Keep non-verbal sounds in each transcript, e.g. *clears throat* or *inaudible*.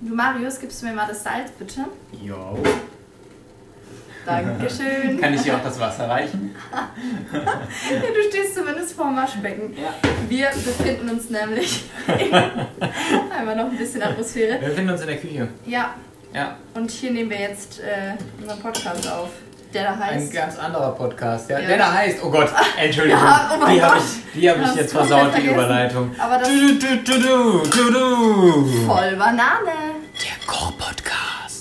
Du Marius, gibst du mir mal das Salz bitte? Jo. *laughs* Dankeschön. Kann ich dir auch das Wasser reichen? Du stehst zumindest vorm Waschbecken. Ja. Wir befinden uns *laughs* nämlich in- einmal noch ein bisschen Atmosphäre. Wir befinden uns in der Küche. Ja, Ja. und hier nehmen wir jetzt äh, unseren Podcast auf, der da Ein heißt. ganz anderer Podcast, ja. Ja. Der da heißt, oh Gott, *laughs* Entschuldigung. Ja, oh mein die habe Gott. ich, die hab ich Hast jetzt du komplett versaut, die vergessen. Überleitung. Aber das- du, du, du, du, du, du. Voll Banane. Der Koch-Podcast.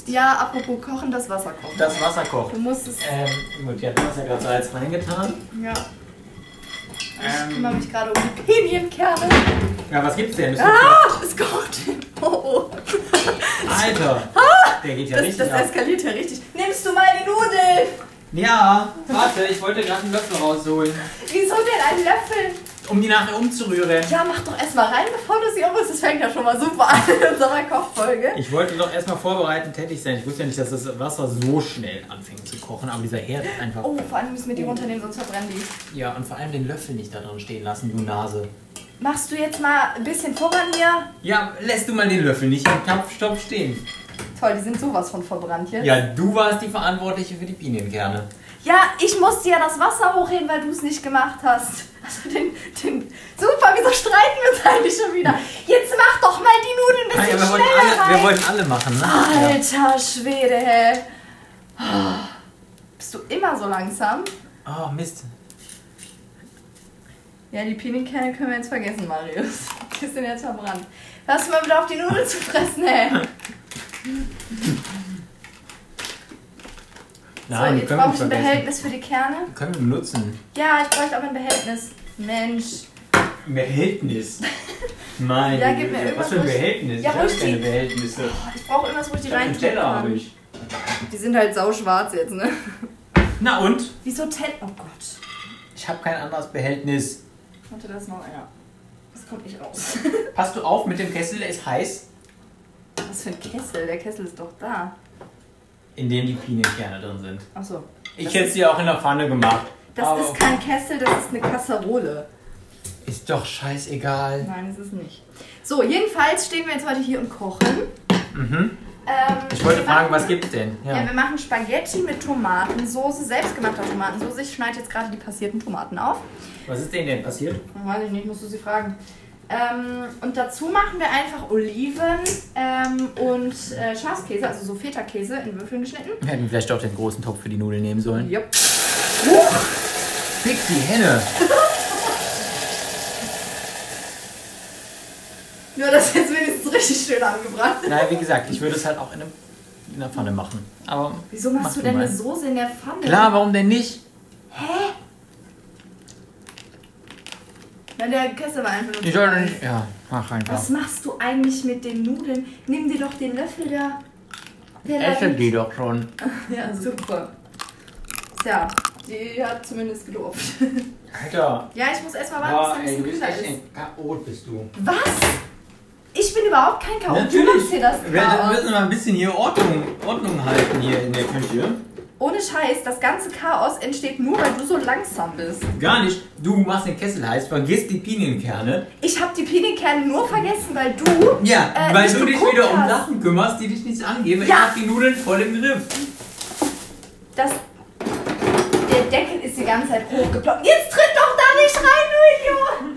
Ja, apropos Kochen, das Wasser kochen. Das Wasser kocht. du musst es. Ähm, gut, jetzt hast du ja gerade Salz reingetan. Ja. Ich kümmere Ähm, mich gerade um die Pinienkerne. ja, was gibt's denn? Ah, es kocht. *laughs* Oh, oh. Alter, der geht ja Ah! Das, richtig das ab. eskaliert ja richtig. Nimmst du mal die Nudeln? Ja, warte, ich wollte gerade einen Löffel rausholen. Wieso denn einen Löffel? Um die nachher umzurühren. Ja, mach doch erst mal rein, bevor du sie aufmachst. Das fängt ja schon mal super an in unserer Kochfolge. Ich wollte doch erstmal vorbereitend tätig sein. Ich wusste ja nicht, dass das Wasser so schnell anfängt zu kochen, aber dieser Herd ist einfach. Oh, vor allem müssen wir die runternehmen, sonst verbrennen die. Ja, und vor allem den Löffel nicht da drin stehen lassen, du Nase. Machst du jetzt mal ein bisschen voran hier? Ja, lässt du mal den Löffel nicht im Topfstopp stehen. Toll, die sind sowas von verbrannt hier. Ja, du warst die Verantwortliche für die Pinienkerne. Ja, ich musste ja das Wasser hochheben, weil du es nicht gemacht hast. Also den, den. Super, wieso streiten wir uns eigentlich schon wieder? Jetzt mach doch mal die Nudeln ein Ah, ja, bisschen wir, wollten schneller alle, wir rein. wollten alle machen, ne? Ja. Alter Schwede, hä? Ah. Bist du immer so langsam? Oh, Mist. Ja, die Pinienkerne können wir jetzt vergessen, Marius. Die sind jetzt verbrannt. Lass mal wieder auf die Nudeln zu fressen, ey. Nein, so, die jetzt können wir brauche ich nicht ein vergessen. Behältnis für die Kerne. Können wir benutzen. Ja, ich bräuchte auch ein Behältnis. Mensch. Ein *laughs* Behältnis. Meine Ja, gib mir Güte, irgendwas, was für ein wo ich- Behältnis? Ja, ich wo habe ich keine die- Behältnisse. Ich brauche irgendwas, wo ich die Ich hab einen reintun Teller habe kann. ich. Die sind halt sauschwarz jetzt, ne? Na und? Wieso Teller? Oh Gott. Ich habe kein anderes Behältnis. Warte, das noch einer. Das kommt nicht raus. *laughs* Passt du auf mit dem Kessel, der ist heiß, Was für ein Kessel? Der Kessel ist doch da. in dem die Pinienkerne drin sind. Achso. Ich hätte sie auch in der Pfanne gemacht. Das aber ist kein Kessel, das ist eine Kasserole. Ist doch scheißegal. Nein, es ist nicht. So, jedenfalls stehen wir jetzt heute hier und kochen. Ähm, Mhm. Ich wollte wir fragen, was machen- gibt's denn? Ja, wir machen Spaghetti mit Tomatensoße, selbstgemachter Tomatensoße. Ich schneide jetzt gerade die passierten Tomaten auf. Was ist denn denn passiert? Weiß ich nicht, musst du sie fragen. Ähm, und dazu machen wir einfach Oliven ähm, und äh, Schafskäse, also so Feta-Käse in Würfeln geschnitten. Wir hätten vielleicht auch den großen Topf für die Nudeln nehmen sollen. Jupp. Fick die Henne! Nur, dass jetzt wenigstens richtig schön angebracht. Naja, wie gesagt, ich würde es halt auch in, einem, in der Pfanne machen. Aber Wieso machst mach du denn mal. eine Soße in der Pfanne? Klar, warum denn nicht? Na, der Kessel war einfach nur Ich zu soll doch klein. nicht. Ja, mach einfach. Was machst du eigentlich mit den Nudeln? Nimm dir doch den Löffel da. Der da Esse liegt. die doch schon. Ja, *laughs* super. Tja, die hat zumindest gedurft. Alter. *laughs* ja, ich muss erstmal warten, bis da ein bisschen kühler ist. Chaot bist du. Was? Ich bin überhaupt kein Chaot. Du Natürlich. machst hier das Wir Chaos. müssen mal ein bisschen hier Ordnung, Ordnung halten hier in der Küche. Ohne Scheiß, das ganze Chaos entsteht nur, weil du so langsam bist. Gar nicht. Du machst den Kessel heiß, vergisst die Pinienkerne. Ich habe die Pinienkerne nur vergessen, weil du... Ja, Äh, weil nicht du dich geguckt wieder um hast. Sachen kümmerst, die dich nicht angeben. Ich Ja. hab die Nudeln voll im Griff. Das... Der Deckel ist die ganze Zeit hochgeploppt. Jetzt tritt doch da nicht rein, du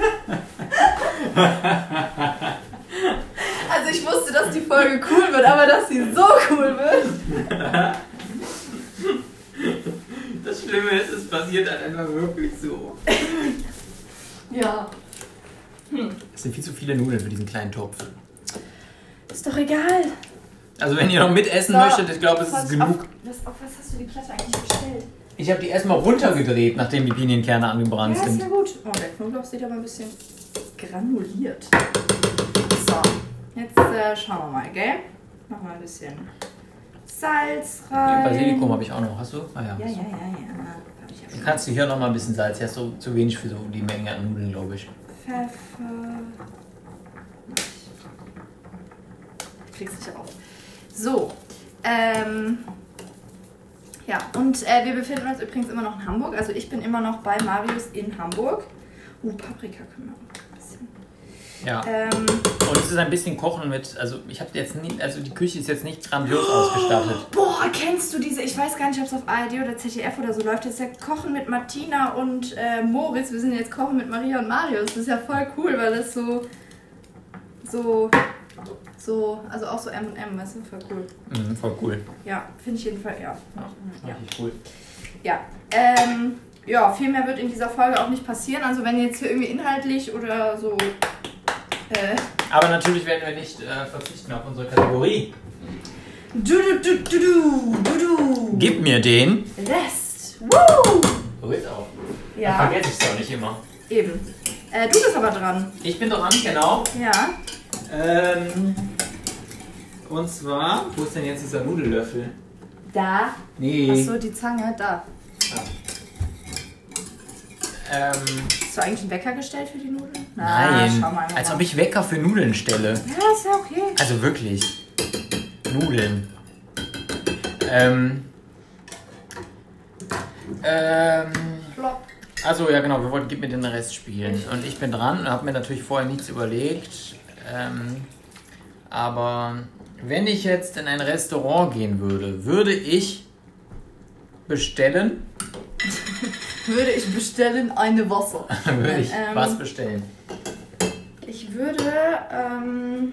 Idiot! Also ich wusste, dass die Folge cool wird, aber dass sie so cool wird... Das Schlimme ist, es passiert halt einfach wirklich so. Ja. Es sind viel zu viele Nudeln für diesen kleinen Topf. Ist doch egal. Also wenn ihr noch mitessen So, möchtet, ich glaube, es Was- ist genug. Auf was, auf was hast du die Platte eigentlich bestellt? Ich habe die erstmal runtergedreht, nachdem die Pinienkerne angebrannt ja, ist ja sind. gut. Oh, der Knoblauch sieht aber ein bisschen granuliert. So, jetzt äh, schauen wir mal, gell? Mach mal ein bisschen Salz rein. Basilikum habe ich auch noch. Hast du? Ah ja. Ja, ja, ja, ja. Hab ich ja schon. Kannst du hier noch mal ein bisschen Salz? Hier hast du zu wenig für so die Menge an Nudeln, glaube ich. Pfeffer. Ich krieg's nicht auf. So. Ähm, ja, und äh, wir befinden uns übrigens immer noch in Hamburg. Also ich bin immer noch bei Marius in Hamburg. Uh, Paprika können wir auch ein bisschen. Ja. Ähm, Und es ist ein bisschen Kochen mit, also ich habe jetzt nie, also die Küche ist jetzt nicht grandios ausgestattet. boah, kennst du diese? Ich weiß gar nicht, ob es auf ARD oder ZDF oder so läuft. Das ist ja Kochen mit Martina und äh, Moritz. Wir sind jetzt Kochen mit Maria und Marius. Das ist ja voll cool, weil das so. So. So. Also auch so MM, weißt du? Voll cool. Mhm, voll cool. Ja, finde ich jedenfalls, ja. Ja, Ja. Richtig cool. Ja, ähm, ja, viel mehr wird in dieser Folge auch nicht passieren. Also wenn jetzt hier irgendwie inhaltlich oder so. Äh, Aber natürlich werden wir nicht äh, verzichten auf unsere Kategorie. du, du, du, du, du, du, du. Gib mir den. Rest. Woo! Rührt auch. Ja, Vergesse ich doch nicht immer. eben. Äh, du bist aber dran. Ich bin doch an, genau. Ja. Ähm, und zwar, wo ist denn jetzt dieser Nudellöffel? Da. Nee. Achso, die Zange, da. Ähm, Hast du eigentlich einen Wecker gestellt für die Nudeln? Na, nein. Ah, Schau mal. Als ob ich Wecker für Nudeln stelle. Ja, ist ja okay. Also wirklich. Nudeln. Ähm. Ähm. Flop. Also ja genau, wir wollten Gib mir den Rest spielen. Und ich bin dran und habe mir natürlich vorher nichts überlegt. Ähm, aber wenn ich jetzt in ein Restaurant gehen würde, würde ich bestellen. *laughs* Würde ich bestellen eine Wasser. würde ich Ähm. was bestellen? Ich würde, ähm,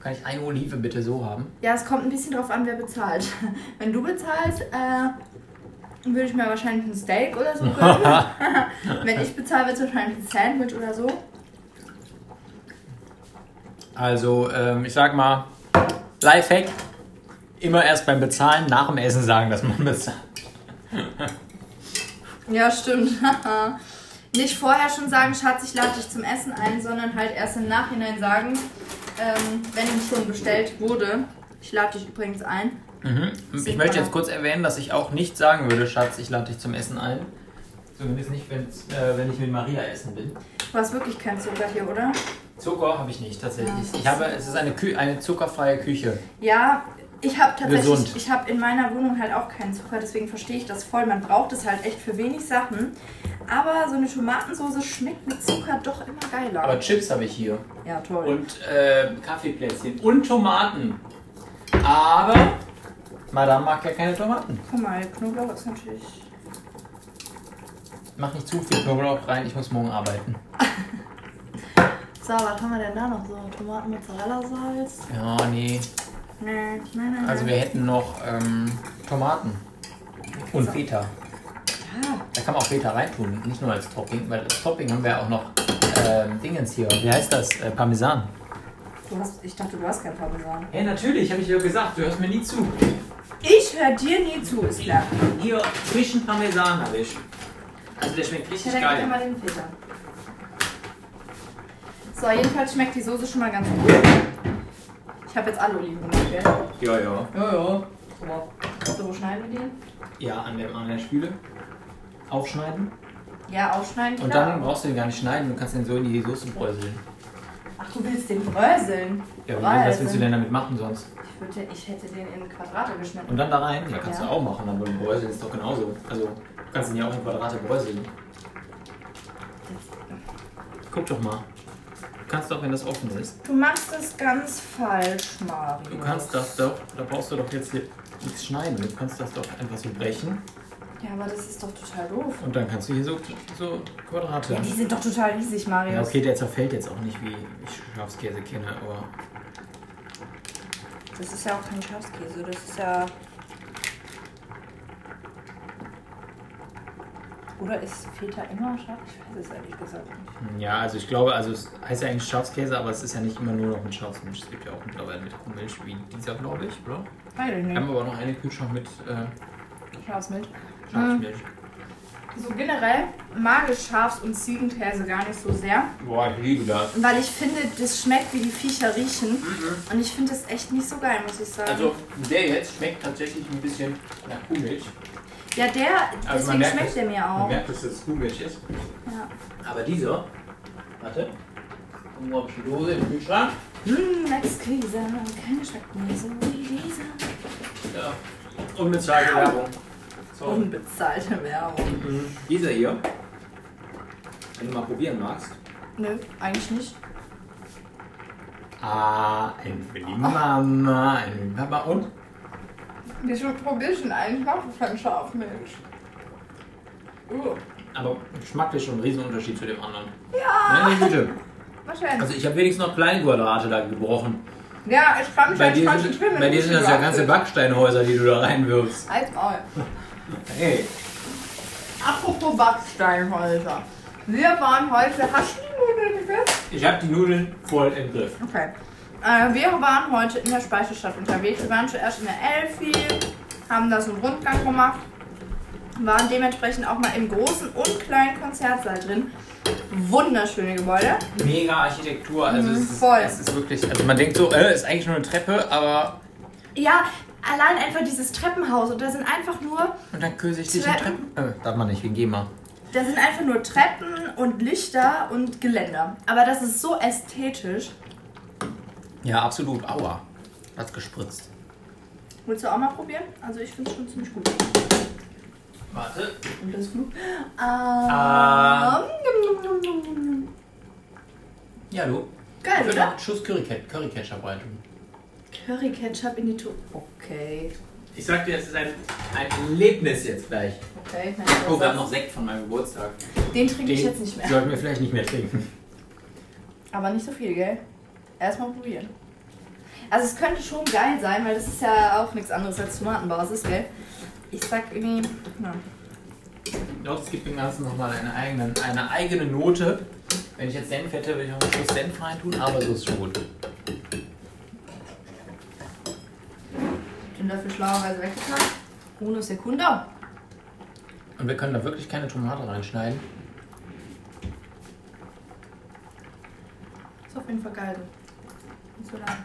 Kann ich eine Olive bitte so haben? Ja, es kommt ein bisschen drauf an, wer bezahlt. *laughs* Wenn du bezahlst, äh, würde ich mir wahrscheinlich ein Steak oder *laughs* so gönnen. Wenn ich bezahle, wird es wahrscheinlich ein Sandwich oder so. Also, ähm, ich sag mal, Lifehack, immer erst beim Bezahlen, nach dem Essen sagen, dass man *laughs* bezahlt. Ja, stimmt. *laughs* Nicht vorher schon sagen, Schatz, ich lade dich zum Essen ein, sondern halt erst im Nachhinein sagen, ähm, wenn ihm schon bestellt wurde. Ich lade dich übrigens ein. Mhm. Ich möchte jetzt kurz erwähnen, dass ich auch nicht sagen würde, Schatz, ich lade dich zum Essen ein. Zumindest nicht, wenn's, äh, wenn ich mit Maria essen bin. Du hast wirklich keinen Zucker hier, oder? Zucker habe ich nicht tatsächlich. Ich habe, es ist eine, Kü eine zuckerfreie Küche. Ja, ich habe tatsächlich, Gesund. ich habe in meiner Wohnung halt auch keinen Zucker, deswegen verstehe ich das voll. Man braucht es halt echt für wenig Sachen. Aber so eine Tomatensoße schmeckt mit Zucker doch immer geiler. Aber Chips habe ich hier. ja, toll. Und äh, Kaffeeplätzchen. Und Tomaten. Aber Madame mag ja keine Tomaten. Guck mal, Knoblauch ist natürlich. Mach nicht zu viel Knoblauch rein, ich muss morgen arbeiten. So, was haben wir denn da noch? So, Tomaten, Mozzarella, Salz. Ja, nee. Nee, nein, nein, nein. Also wir hätten noch ähm, Tomaten. Und Feta. ah, Da kann man auch Feta reintun, nicht nur als Topping, weil als Topping haben wir auch noch ähm, Dingens hier. Wie heißt das? Äh, Parmesan. du hast, ich dachte, du hast kein Parmesan. Ja, natürlich, habe ich dir gesagt. Du hörst mir nie zu. Ich höre dir nie zu, ist klar. Hier frischen Parmesan habe ich. Also der schmeckt Ja, richtig dann gib mir mal den Filter. So, jedenfalls schmeckt die Soße schon mal ganz gut. Ich habe jetzt alle Oliven bestellt. Ja, ja. Ja, ja. Guck mal. So, schneiden wir den? Ja, an, dem, an der Spüle. Aufschneiden. Ja, aufschneiden. Und klar. dann brauchst du den gar nicht schneiden, du kannst den so in die Soße bräuseln. Ach, du willst den bröseln? Ja, Bräuseln. was willst du denn damit machen sonst? Ich, würde, ich hätte den in Quadrate geschnitten. Und dann da rein? Ja, kannst Ja. du auch machen, aber ein Bräuseln ist doch genauso. Also, du kannst ihn ja auch in Quadrate bräuseln. Guck doch mal. Du kannst doch, wenn das offen ist. Du machst es ganz falsch, Mario. Du kannst das doch, da brauchst du doch jetzt hier nichts schneiden. Du kannst das doch einfach so brechen Ja, aber das ist doch total doof. und dann kannst du hier so, so Quadrate. Die sind doch total riesig, Mario. Ja, okay, der zerfällt jetzt auch nicht, wie ich Schafskäse kenne, aber. Das ist ja auch kein Schafskäse. Das ist ja. Oder ist Feta immer scharf? Ich weiß es ehrlich gesagt nicht. Ja, also ich glaube, also es heißt ja eigentlich Schafskäse, aber es ist ja nicht immer nur noch mit Schafsmilch. Es gibt ja auch mittlerweile mit Kuhmilch wie dieser, glaube ich, oder? Weiß ich Wir haben nicht. aber noch einen Kühlschrank mit äh, Schafsmilch. Schafsmilch. So generell mag ich Schafs- und Ziegenkäse gar nicht so sehr. Boah, ich liebe das. Weil ich finde, das schmeckt wie die Viecher riechen. Und ich finde das echt nicht so geil, muss ich sagen. Mhm. Also der jetzt schmeckt tatsächlich ein bisschen nach Kuhmilch. ja, der, also deswegen man merkt schmeckt es. der mir Man auch. merkt, dass es Kuhmilch ist. Ja. Aber dieser, warte, gucken wir mal, ob ich die Dose im Kühlschrank. Hm, Max Käse, keine schmeckt mir so wie dieser. Ja. Unbezahlte Werbung. So. Unbezahlte Werbung. Mhm. Dieser hier, wenn du mal probieren magst. Nö, eigentlich nicht. Papa, einen für die Mama, einen für den Papa und Wieso probierst du denn eigentlich noch kein Schafmilch? Uh, Aber geschmacklich schon ein Riesenunterschied zu dem anderen. Ja! Meine Güte. wahrscheinlich. Also ich habe wenigstens noch kleine Quadrate da gebrochen. ja, ich kann mich Bei halt dir, sind, konzentrieren. bei dir sind das ja ganze Backsteinhäuser, die du da reinwirfst. Als Maul. Hey. Apropos Backsteinhäuser. Wir waren heute. Hast du die Nudeln gegessen? Ich habe die Nudeln voll im Griff. Okay. Äh, wir waren heute in der Speicherstadt unterwegs. Wir waren zuerst in der Elfi, haben da so einen Rundgang gemacht, waren dementsprechend auch mal im großen und kleinen Konzertsaal drin. Wunderschöne Gebäude. Mega Architektur. Also es ist, Mhm, Voll. es ist wirklich. Also man denkt so, äh, ist eigentlich nur eine Treppe, aber. Ja, allein einfach dieses Treppenhaus und da sind einfach nur Und dann küsse ich dich in Treppen. Treppen. Äh, darf man nicht, wir gehen mal. Da sind einfach nur Treppen und Lichter und Geländer. Aber das ist so ästhetisch. Ja, absolut. Aua. Hat's gespritzt. Willst du auch mal probieren? Also ich finde es schon ziemlich gut. Warte. Und das Flug. Ähm, Ah. Ja, du. Ich Geil, würde noch oder? einen Schuss Curry, Curry Ketchup reintun. Curry Ketchup in die Tube. Okay. Ich sag dir, es ist ein, ein Erlebnis jetzt gleich. Okay, nein, Oh, wir das- haben noch Sekt von meinem Geburtstag. Den trinke ich jetzt nicht mehr. Sollten wir vielleicht nicht mehr trinken. Aber nicht so viel, gell? Erstmal probieren. Also es könnte schon geil sein, weil das ist ja auch nichts anderes als Tomatenbasis, gell? Ich sag irgendwie. Na. Doch, es gibt dem Ganzen nochmal eine eigene, eine eigene Note. Wenn ich jetzt Senf hätte, würde ich noch einen Schuss Senf reintun, aber so ist schon gut. Den Löffel schlauerweise weggeknackt. Bruno Sekunde. Und wir können da wirklich keine Tomate reinschneiden. Ist auf jeden Fall geil. Nicht so lang.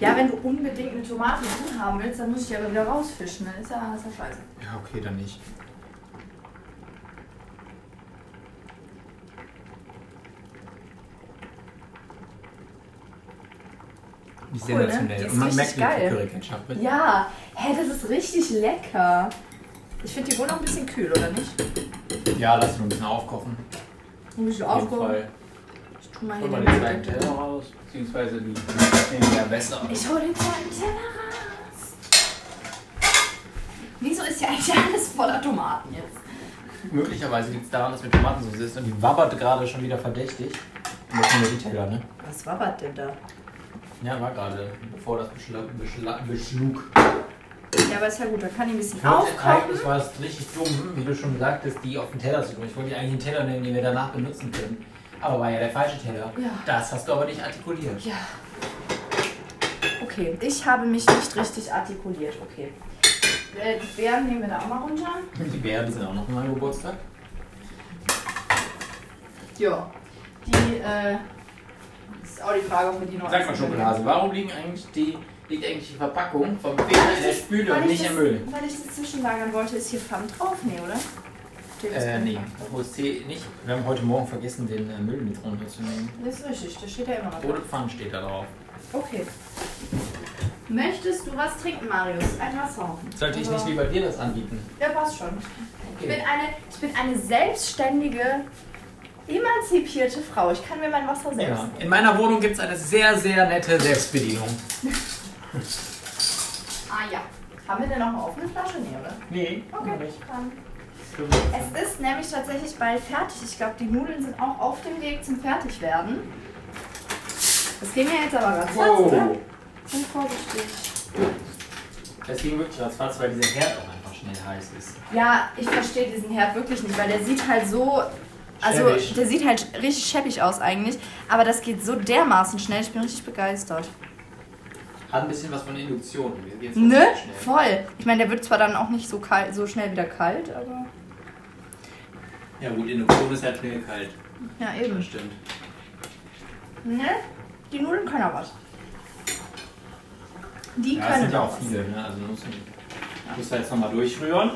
Ja, wenn du unbedingt eine Tomate drin haben willst, dann muss ich die aber wieder rausfischen. Dann ist ja, ist ja scheiße. Ja, okay, dann nicht. Die ist Cool, ne? Die ist Und man merkt richtig den geil. Curry Ketchup mit. Ja, hä, das ist richtig lecker. Ich finde die wohl noch ein bisschen kühl, oder nicht? Ja, lass ihn ein bisschen aufkochen. Ein bisschen Auf jeden aufgehoben. Fall. Ich tu mal hier Hol mal den den zweiten Teller raus, beziehungsweise die nehmen ja besser. Ich hole den zweiten Teller raus. Wieso ist hier eigentlich *laughs* alles voller Tomaten jetzt? Möglicherweise liegt es daran, dass wir Tomatensauce ist und die wabbert gerade schon wieder verdächtig. Und das sind nur die Teller, ne? Was wabbert denn da? Ja, war gerade, bevor das beschla- beschla- beschlug. Ja, aber ist ja gut, da kann ich ein bisschen aufkochen. Eigentlich war es richtig dumm, wie du schon sagtest, die auf den Teller zu tun. Ich wollte die eigentlich einen Teller nehmen, den wir danach benutzen können. Aber war ja der falsche Teller. Ja. Das hast du aber nicht artikuliert. Ja. Okay, ich habe mich nicht richtig artikuliert. Okay. Äh, Die Beeren nehmen wir da auch mal runter. Die Bären sind auch noch mal Geburtstag. Ja. Die, äh, ist auch die Frage, ob wir die noch. Sag mal, Schokolade, warum liegen eigentlich die, liegt eigentlich die Verpackung vom Fehler in der Spüle Weil und ich nicht das- im Müll? Weil ich das zwischenlagern wollte, ist hier Pfamm drauf. Nee, oder? Äh, nee, OSC nicht. Wir haben heute Morgen vergessen, den äh, Müll mit runterzunehmen. Das ist richtig, da steht ja immer noch drauf. Rote Pfanne steht da drauf. Okay. Möchtest du was trinken, Marius? Ein Wasser. Also, Sollte ich nicht lieber dir das anbieten? Ja, passt schon. Ich bin Okay. eine, ich bin eine selbstständige, emanzipierte Frau. Ich kann mir mein Wasser selbst Ja. nehmen. In meiner Wohnung gibt es eine sehr, sehr nette Selbstbedienung. Ah ja. Haben wir denn noch eine offene Flasche? Nee, oder? Nee, Okay. Dann. Es ist nämlich tatsächlich bald fertig. Ich glaube, die Nudeln sind auch auf dem Weg zum Fertigwerden. Das ging ja jetzt aber ganz wow. oder? Wow. Bin vorsichtig. Das ging wirklich ratzfatz, weil dieser Herd auch einfach schnell heiß ist. Ja, ich verstehe diesen Herd wirklich nicht, weil der sieht halt so. Also, Schäbig. der sieht halt richtig scheppig aus eigentlich. Aber das geht so dermaßen schnell. Ich bin richtig begeistert. Hat ein bisschen was von Induktion. Wir gehen's Ne? jetzt schnell. Voll. Ich meine, der wird zwar dann auch nicht so, kalt, so schnell wieder kalt, aber. Ja gut, Induktion ist halt schnell kalt. Ja, Das eben. stimmt. Ne? Die Nudeln können ja was. Die Ja, es können sind ja auch auch was. viele, ne? Also musst du, musst du jetzt nochmal durchrühren.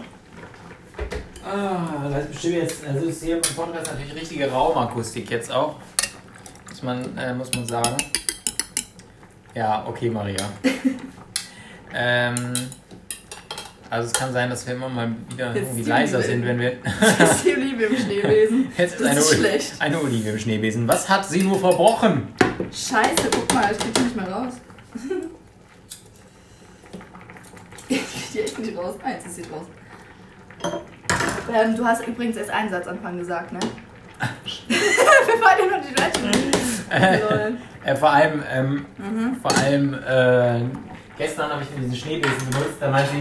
Ah, das ist bestimmt jetzt, also ist hier im Podcast natürlich richtige Raumakustik jetzt auch. Muss man, äh, muss man sagen. Ja, okay, Maria. *laughs* ähm, also es kann sein, dass wir immer mal wieder irgendwie die leiser Liebe. sind, wenn wir. *laughs* Das ist die Liebe im Schneebesen. *laughs* Das Jetzt ist eine, Uli- schlecht. *laughs* eine Olive im Schneebesen. Was hat sie nur verbrochen? Scheiße, guck mal, ich krieg die nicht mehr raus. *laughs* ich krieg die echt nicht raus. Ah, jetzt ist sie raus. Ähm, du hast übrigens erst einen Satzanfang gesagt, ne? *laughs* Wir wollen ja noch die *laughs* Deutschen. Äh, vor allem, ähm, Mhm. vor allem äh, gestern habe ich diesen Schneebesen benutzt, da meinte sie,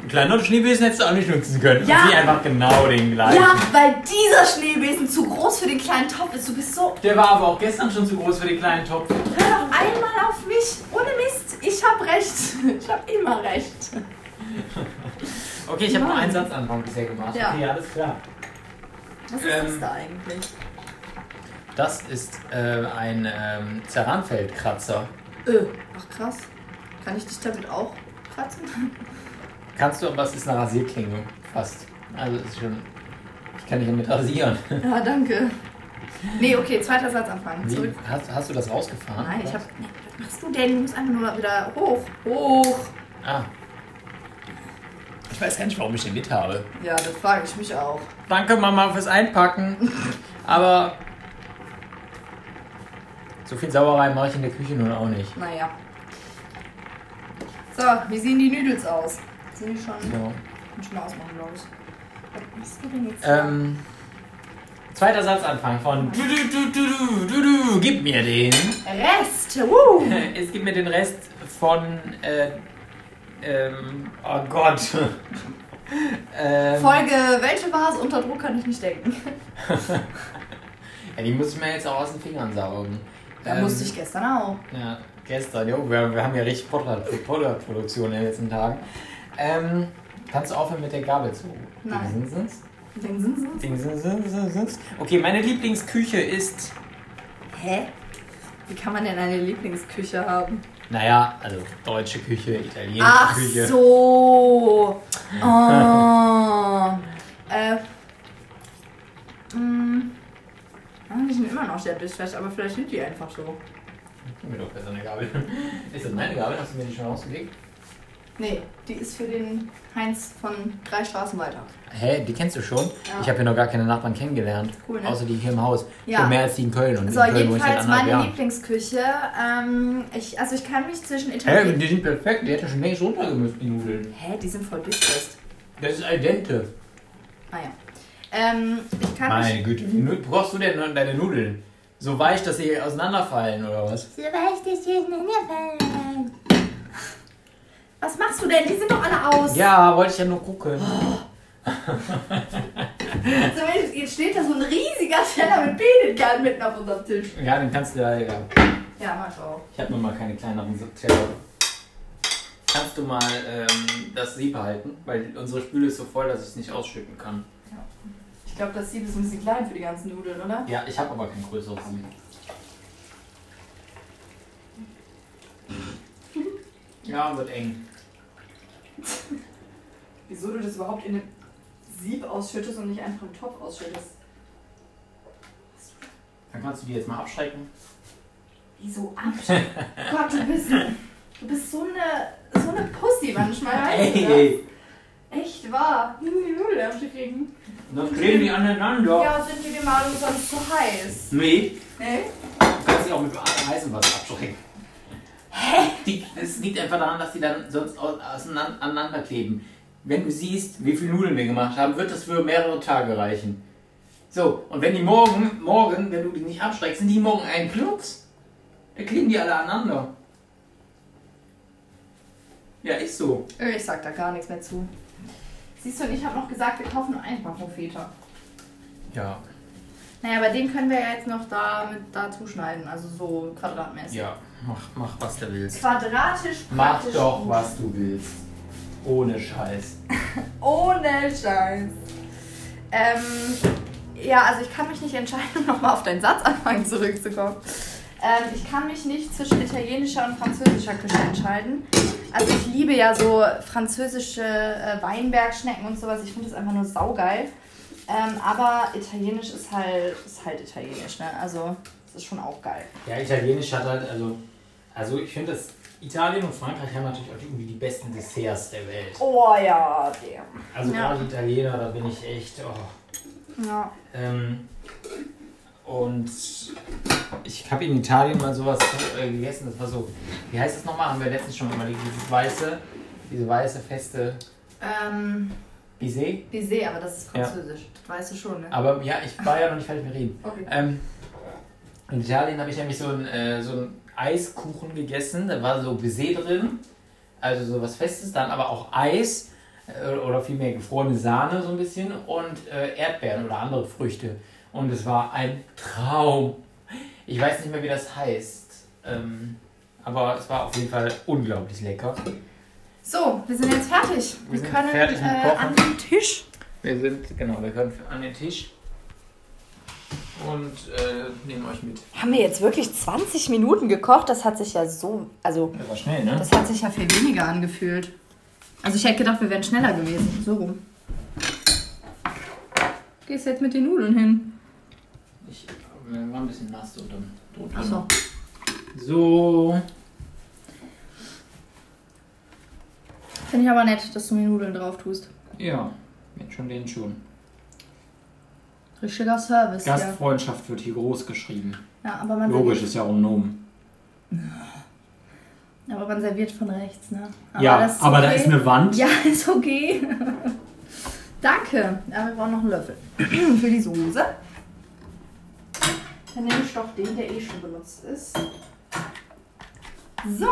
einen kleineren Schneebesen hättest du auch nicht nutzen können. Ja. Und sie einfach genau den gleichen. Ja, weil dieser Schneebesen zu groß für den kleinen Topf ist. Du bist so Der war aber auch gestern schon zu groß für den kleinen Topf. Hör doch einmal auf mich. Ohne Mist. Ich hab recht. *laughs* Ich hab immer recht. Okay, ich habe nur Mann. einen Satzanfang bisher gemacht. Ja. Okay, alles klar. Was ist Ähm. das da eigentlich? Das ist äh, ein ähm, Zeranfeldkratzer. Öh. Ach krass. Kann ich dich damit auch *laughs* kratzen? Kannst du, aber es ist eine Rasierklinge. Fast. Also es ist schon. Ich kann dich damit rasieren. Ja, danke. Nee, okay, zweiter Satz anfangen. Wie, Zurück. hast, hast du das rausgefahren? Nein, ich hab. Nee, was machst du denn? Du musst einfach nur wieder hoch. Hoch. Ah. Ich weiß gar nicht, warum ich den mit habe. Ja, das frage ich mich auch. Danke, Mama, fürs Einpacken. Aber. So viel Sauerei mache ich in der Küche nun auch nicht. Naja. So, wie sehen die Nudels aus? Sind die schon. So. Kann schon mal ausmachen, glaube ich. Was machst du denn jetzt? Ähm, zweiter Satzanfang von du, du, du, du, du, du, du, Gib mir den. Rest! Woo! *laughs* Es gibt mir den Rest von. Äh, ähm, oh Gott. *laughs* ähm, Folge, welche war es? Unter Druck kann ich nicht denken. ja, die muss ich mir jetzt auch aus den Fingern saugen. Da Ähm, musste ich gestern auch. Ja, gestern, jo, wir, wir haben ja richtig Podcast- Podcast-Produktion in den letzten Tagen. Ähm, kannst du aufhören mit der Gabel zu? Nein. Dingsensens? Den Sinsen? Dingsensensensens? Okay, meine Lieblingsküche ist. Hä? Wie kann man denn eine Lieblingsküche haben? Naja, also deutsche Küche, italienische Ach Küche. *laughs* so! Oh. äh. Mh. Ah, Die sind immer noch sehr durchfest, aber vielleicht sind die einfach so. Gib mir doch besser eine Gabel. *laughs* Ist das meine Gabel? Hast du mir die schon rausgelegt? Nee, die ist für den Heinz von drei Straßen weiter. Hä, die kennst du schon? Ja. Ich habe hier noch gar keine Nachbarn kennengelernt. Cool, ne? Außer die hier im Haus. Ja. Schon mehr als die in Köln. Und So, in Köln wohne ich jedenfalls seit anderthalb meine Jahren. Lieblingsküche. Ähm, ich, also ich kann mich zwischen Hä, Italien. die sind perfekt. Die hätte schon längst runtergemüsst, die Nudeln. Hä, die sind voll durchfest. Das ist al dente. Ah ja. Ähm, ich kann mich. Meine Güte, wie nu- brauchst du denn deine Nudeln? So weich, dass sie auseinanderfallen oder was? So weiß ich, wie ich in der Fall Was machst du denn? Die sind doch alle aus. Ja, wollte ich ja nur gucken. Also, wenn- Jetzt steht da so ein riesiger Teller mit Penetkern mitten auf unserem Tisch. Ja, den kannst du ja. ja. Ja, mach ich auch. Ich habe nur mal keine kleineren Teller. Kannst du mal ähm, das Sieb halten? Weil unsere Spüle ist so voll, dass ich es nicht ausschütten kann. Ich glaube, das Sieb ist ein bisschen klein für die ganzen Nudeln, oder? Ja, ich habe aber kein größeres *laughs* Sieb. Ja, wird eng. Wieso du das überhaupt in einem Sieb ausschüttest und nicht einfach im Topf ausschüttest? Dann kannst du die jetzt mal abschrecken. Wieso abschütteln? Gott, du bist, du bist so eine, so eine Pussy manchmal. weißt du das? Echt wahr. Die Nudeln abzukriegen. dann kleben die aneinander. Ja, sind die mal sonst zu heiß? Nee, Nee? du kannst sie auch mit heißem Wasser abschrecken. Hä? Die, das liegt einfach daran, dass die dann sonst au- auseinander aneinander kleben. Wenn du siehst, wie viele Nudeln wir gemacht haben, wird das für mehrere Tage reichen. So, und wenn die morgen, morgen, wenn du die nicht abschreckst, sind die morgen ein Klotz. Da kleben die alle aneinander. Ja, ist so. Öh, Ich sag da gar nichts mehr zu. Siehst du, und ich habe noch gesagt, wir kaufen nur Einpackung Feta. Ja, Naja, aber den können wir ja jetzt noch da mit dazu schneiden, also so quadratmäßig. ja, mach, mach was du willst. Quadratisch Mach praktisch doch, gut. was du willst. Ohne Scheiß. Ohne Scheiß. Ähm, ja, also ich kann mich nicht entscheiden, *laughs* um nochmal auf deinen Satzanfang zurückzukommen. Ähm, ich kann mich nicht zwischen italienischer und französischer Küche entscheiden. Also ich liebe ja so französische äh, Weinbergschnecken und sowas. Ich finde das einfach nur saugeil. Ähm, aber italienisch ist halt, ist halt italienisch, ne? Also das ist schon auch geil. Ja, Italienisch hat halt, also, also ich finde, dass Italien und Frankreich haben natürlich auch irgendwie die besten Desserts der Welt. Oh ja, damn. Also Ja. gerade Italiener, da bin ich echt, oh. Ja. Ähm, Und ich habe in Italien mal sowas äh, gegessen. Das war so, wie heißt das nochmal? Haben wir letztens schon mal überlegt. Dieses weiße, diese weiße feste Ähm, Baiser. Baiser, aber das ist Ja. französisch. Das weißt du schon, ne? Aber ja, ich war ja noch nicht fertig mit Reden. Okay. Ähm, in Italien habe ich nämlich so einen äh, so einen Eiskuchen gegessen. Da war so Baiser drin. Also so was Festes. Dann aber auch Eis. äh, Oder vielmehr gefrorene Sahne so ein bisschen. Und äh, Erdbeeren oder andere Früchte. Und es war ein Traum. Ich weiß nicht mehr, wie das heißt. Ähm, aber es war auf jeden Fall unglaublich lecker. So, wir sind jetzt fertig. Wir, Wir sind können fertig mit äh, Kochen. an den Tisch. Wir sind, genau, wir können an den Tisch. Und äh, nehmen euch mit. Haben wir jetzt wirklich 20 Minuten gekocht? Das hat sich ja so, also Das war schnell, ne? Das hat sich ja viel weniger angefühlt. Also ich hätte gedacht, wir wären schneller gewesen. So rum. Gehst jetzt mit den Nudeln hin. Ich äh, war ein bisschen nass und dann tot. Achso. So. Finde ich aber nett, dass du mir Nudeln drauf tust. Ja, mit schon den schon. Richtiger Service. Ja. Gastfreundschaft wird hier groß geschrieben. ja, aber man, Logisch, serviert, ist ja auch ein Nomen. aber man serviert von rechts, ne? ja, das aber da okay. ist eine Wand. Ja, *laughs* ist okay. Danke. Aber wir brauchen noch einen Löffel. *clears throat* Für die Soße. Dann nehme ich doch den, der eh schon benutzt ist. So.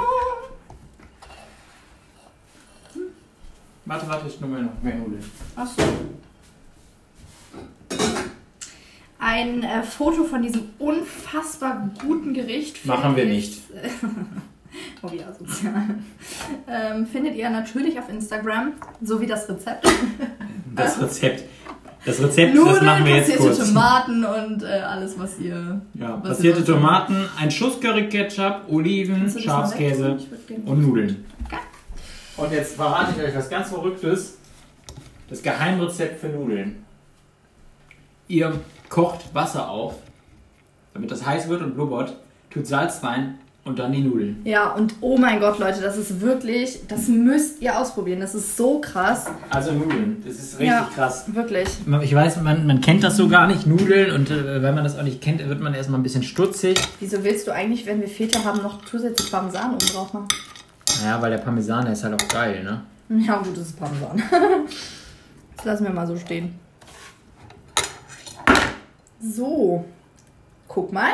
Warte, warte, ich nehme noch mehr Nudeln. Achso. Ein äh, Foto von diesem unfassbar guten Gericht. findet Machen wir ihr- nicht. Oh ja, sozial. *laughs* ähm, findet ihr natürlich auf Instagram, so wie das Rezept. Das Rezept. Das Rezept, das Ah. Nudeln, machen wir jetzt passierte kurz. Hm, Tomaten und äh, alles, was ihr. Ja, was passierte ihr wollt. Tomaten, ein Schuss Curry-Ketchup, Oliven, Kannst du das mal Schafskäse wegtun? Ich würd gerne- und Nudeln. Okay. Und jetzt verrate ich euch was ganz Verrücktes. Das Geheimrezept für Nudeln. Ihr kocht Wasser auf, damit das heiß wird und blubbert, tut Salz rein und dann die Nudeln. Ja, und oh mein Gott, Leute, das ist wirklich, das müsst ihr ausprobieren. Das ist so krass. Also Nudeln, das ist richtig Ja. krass. Wirklich. Ich weiß, man, man kennt das so gar nicht, Nudeln, und äh, wenn man das auch nicht kennt, wird man erstmal ein bisschen stutzig. Wieso willst du eigentlich, wenn wir Feta haben, noch zusätzlich Parmesan oben drauf machen? Naja, weil der Parmesan, der ist halt auch geil, ne? Ja, gut, das ist Parmesan. *laughs* Das lassen wir mal so stehen. So, guck mal.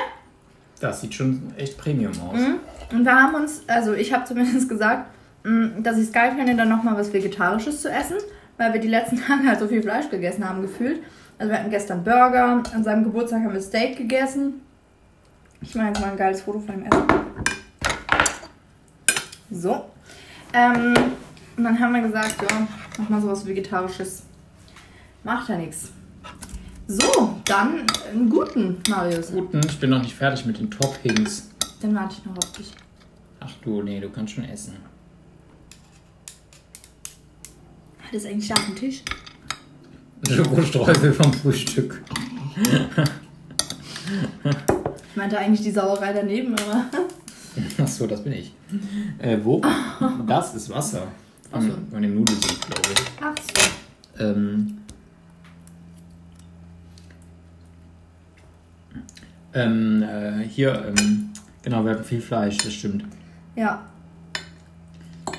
Das sieht schon echt Premium aus. Mhm. Und wir haben uns, also ich habe zumindest gesagt, mm, dass ich es geil finde, dann nochmal was Vegetarisches zu essen, weil wir die letzten *laughs* Tage halt so viel Fleisch gegessen haben, gefühlt. Also wir hatten gestern Burger, an seinem Geburtstag haben wir Steak gegessen. Ich mache jetzt mal ein geiles Foto von dem Essen. So. Ähm, und dann haben wir gesagt, ja, mach mal sowas Vegetarisches. Macht ja nichts. So, dann einen guten, Marius. Guten, ne? ich bin noch nicht fertig mit den Toppings. Dann warte ich noch auf dich. Ach du, nee, du kannst schon essen. Hat es eigentlich da auf dem Tisch? Schokostreusel vom Frühstück. Ich meinte eigentlich die Sauerei daneben, aber. *laughs* Achso, das bin ich. Äh, wo? Das ist Wasser. Hm, Ach so. Von dem Nudelsud, glaube ich. Ach so. Ähm, ähm, äh, hier, ähm, genau, wir hatten viel Fleisch, das stimmt. Ja.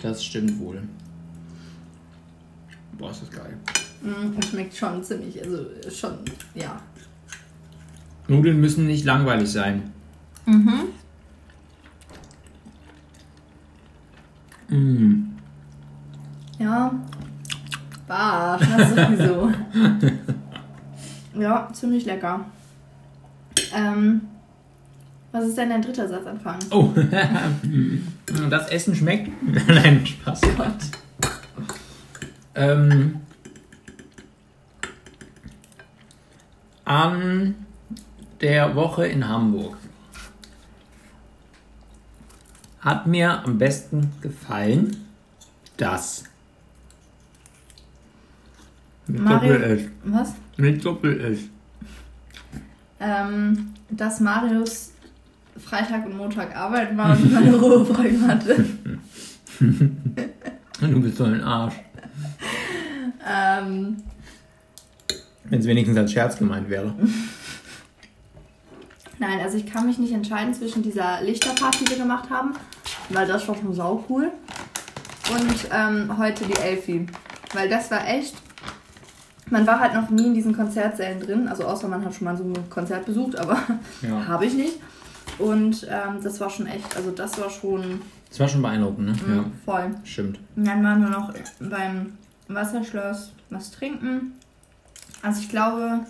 Das stimmt wohl. Boah, ist das geil. Mm, Das schmeckt schon ziemlich, also schon, ja. Nudeln müssen nicht langweilig sein. Mhm. Mm. Ja. Bah, *laughs* das sowieso. ja, ziemlich lecker. Ähm, was ist denn dein dritter Satzanfang? *laughs* Oh, das Essen schmeckt. *laughs* Nein, Spaß. Gott. Ähm, an der Woche in Hamburg hat mir am besten gefallen das. Mit Mario- Doppel-F. Was? Mit Doppel-F. Ähm, dass Marius Freitag und Montag arbeiten war *laughs* und meine Ruhebräume hatte. Du bist so ein Arsch. Ähm, Wenn es wenigstens als Scherz gemeint wäre. Nein, also ich kann mich nicht entscheiden zwischen dieser Lichterparty, die wir gemacht haben, weil das war schon sau cool. Und ähm, heute die Elfi. Weil das war echt. Man war halt noch nie in diesen Konzertsälen drin, also außer man hat schon mal so ein Konzert besucht, aber *laughs* Ja. habe ich nicht. Und ähm, das war schon echt, also das war schon Das war schon beeindruckend, ne? mh, voll. Ja, stimmt. Und dann waren wir noch beim Wasserschloss was trinken. Also ich glaube,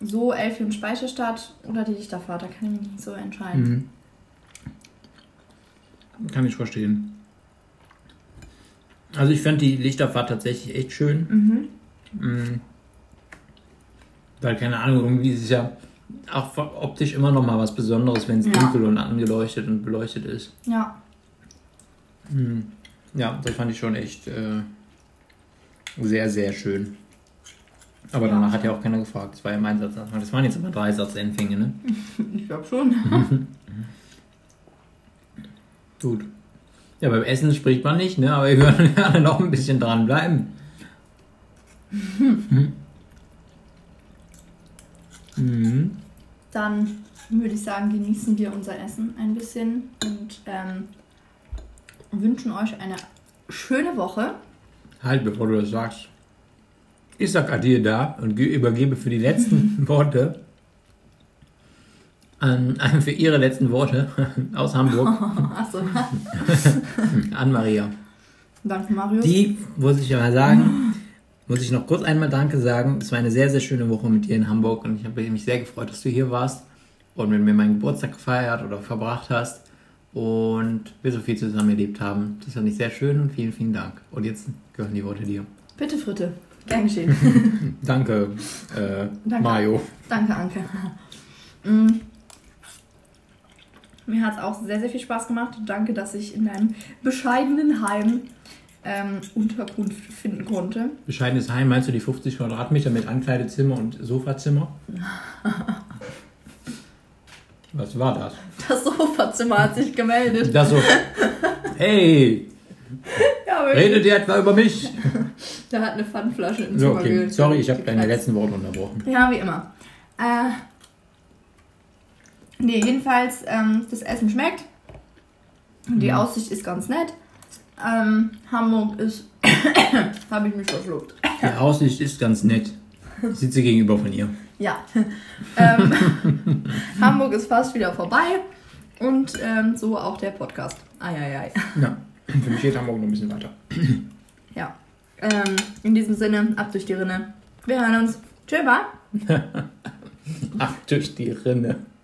so Elfi und Speicherstadt oder die Dichterfahrt, da kann ich mich nicht so entscheiden. Mhm. Kann ich verstehen. Also ich fand die Lichterfahrt tatsächlich echt schön. Mhm. Mhm. Weil, keine Ahnung, irgendwie ist es ja auch optisch immer noch mal was Besonderes, wenn es Ja. dunkel und angeleuchtet und beleuchtet ist. Ja, Mhm. Ja, das fand ich schon echt äh, sehr, sehr schön. Aber danach hat ja auch keiner gefragt. Das war ja mein Satz. Das waren jetzt immer drei Satzanfänge, ne? ich glaube schon. Gut. Ja, beim Essen spricht man nicht, ne? Aber wir würden *laughs* gerne noch ein bisschen dranbleiben. *laughs* Mhm. Dann würde ich sagen, genießen wir unser Essen ein bisschen und ähm, wünschen euch eine schöne Woche. *laughs* Halt, bevor du das sagst. Ich sag Adir da und ge- übergebe für die *laughs* letzten Worte an, an für ihre letzten Worte *laughs* aus *laughs* Hamburg Achso, *laughs* an Maria. danke Marius. Die muss ich mal sagen, muss ich noch kurz einmal Danke sagen. Es war eine sehr, sehr schöne Woche mit dir in Hamburg und ich habe mich sehr gefreut, dass du hier warst und mit mir meinen Geburtstag gefeiert oder verbracht hast und wir so viel zusammen erlebt haben. Das fand ich sehr schön und vielen, vielen Dank. Und jetzt gehören die Worte dir. Bitte Fritte, gern geschehen. Danke, äh, Danke. Mario. Danke, Anke. Mm. Mir hat es auch sehr, sehr viel Spaß gemacht. Danke, dass ich in deinem bescheidenen Heim ähm, Unterkunft finden konnte. Bescheidenes Heim, meinst du die 50 Quadratmeter mit Ankleidezimmer und Sofazimmer? Was war das? Das Sofazimmer hat sich gemeldet. Das so. Hey, Ja, wirklich. redet ihr etwa über mich? Da hat eine Pfandflasche ins So, so, okay. Sorry, ich habe deine letzten Worte unterbrochen. Ja, wie immer. Äh, nee, jedenfalls, ähm, das Essen schmeckt. Und Mhm. Die Aussicht ist ganz nett. Ähm, Hamburg ist. *coughs* habe ich mich verschluckt. Die Aussicht ist ganz nett. Ich sitze gegenüber von ihr. Ja. *laughs* ähm, *laughs* Hamburg ist fast wieder vorbei. Und ähm, so auch der Podcast. Eieiei. Ja. Für mich geht Hamburg noch ein bisschen weiter. Ja. Ähm, in diesem Sinne, ab durch die Rinne. Wir hören uns. Tschüss. Ach, durch die Rinne.